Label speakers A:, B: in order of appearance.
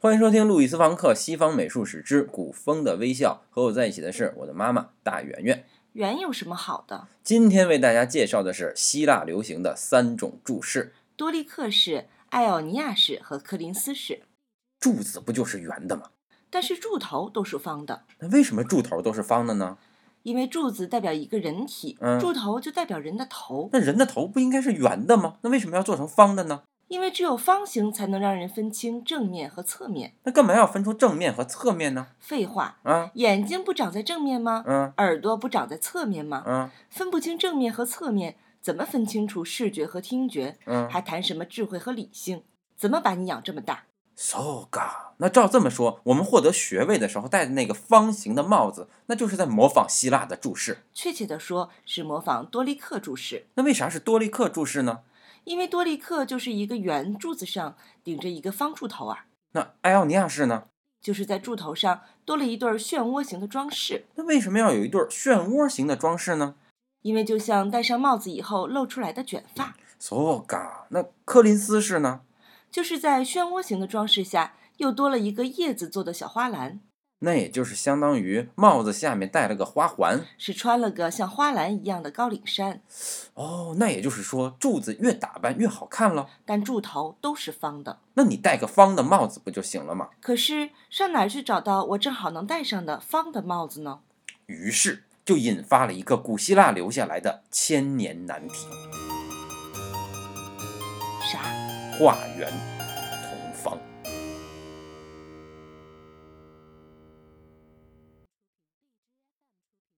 A: 欢迎收听路易斯·房克《西方美术史之古风的微笑》，和我在一起的是我的妈妈大圆圆。
B: 圆有什么好的？
A: 今天为大家介绍的是希腊流行的三种注释。
B: 多利克式、艾奥尼亚式和柯林斯式，
A: 柱子不就是圆的吗？
B: 但是柱头都是方的，
A: 那为什么柱头都是方的呢？
B: 因为柱子代表一个人体，
A: 嗯
B: 柱头就代表人的头。
A: 那人的头不应该是圆的吗？那为什么要做成方的呢？
B: 因为只有方形才能让人分清正面和侧面。
A: 那干嘛要分出正面和侧面呢？
B: 废话，
A: 啊，
B: 眼睛不长在正面吗？
A: 嗯
B: 耳朵不长在侧面吗？
A: 嗯
B: 分不清正面和侧面，怎么分清楚视觉和听觉？
A: 嗯
B: 还谈什么智慧和理性？怎么把你养这么大？
A: ，so ga。那照这么说，我们获得学位的时候戴的那个方形的帽子，那就是在模仿希腊的注释。
B: 确切地说，是模仿多利克注释。
A: 那为啥是多利克注释呢？
B: 因为多利克就是一个圆柱子上顶着一个方柱头啊，
A: 那艾奥尼亚式呢？
B: 就是在柱头上多了一对儿漩涡形的装饰。
A: 那为什么要有一对漩涡形的装饰呢
B: 因为就像戴上帽子以后露出来的卷发，
A: ？so ga。那柯林斯式呢？
B: 就是在漩涡形的装饰下又多了一个叶子做的小花篮，
A: 那也就是相当于帽子下面戴了个花环
B: 是穿了个像花篮一样的高领衫，
A: 哦。那也就是说，柱子越打扮越好看了。
B: 但柱头都是方的。
A: 那你戴个方的帽子不就行了吗？
B: 可是上哪儿去找到我正好能戴上的方的帽子呢？
A: 于是就引发了一个古希腊留下来的千年难题
B: 啥？
A: ——画圆同方。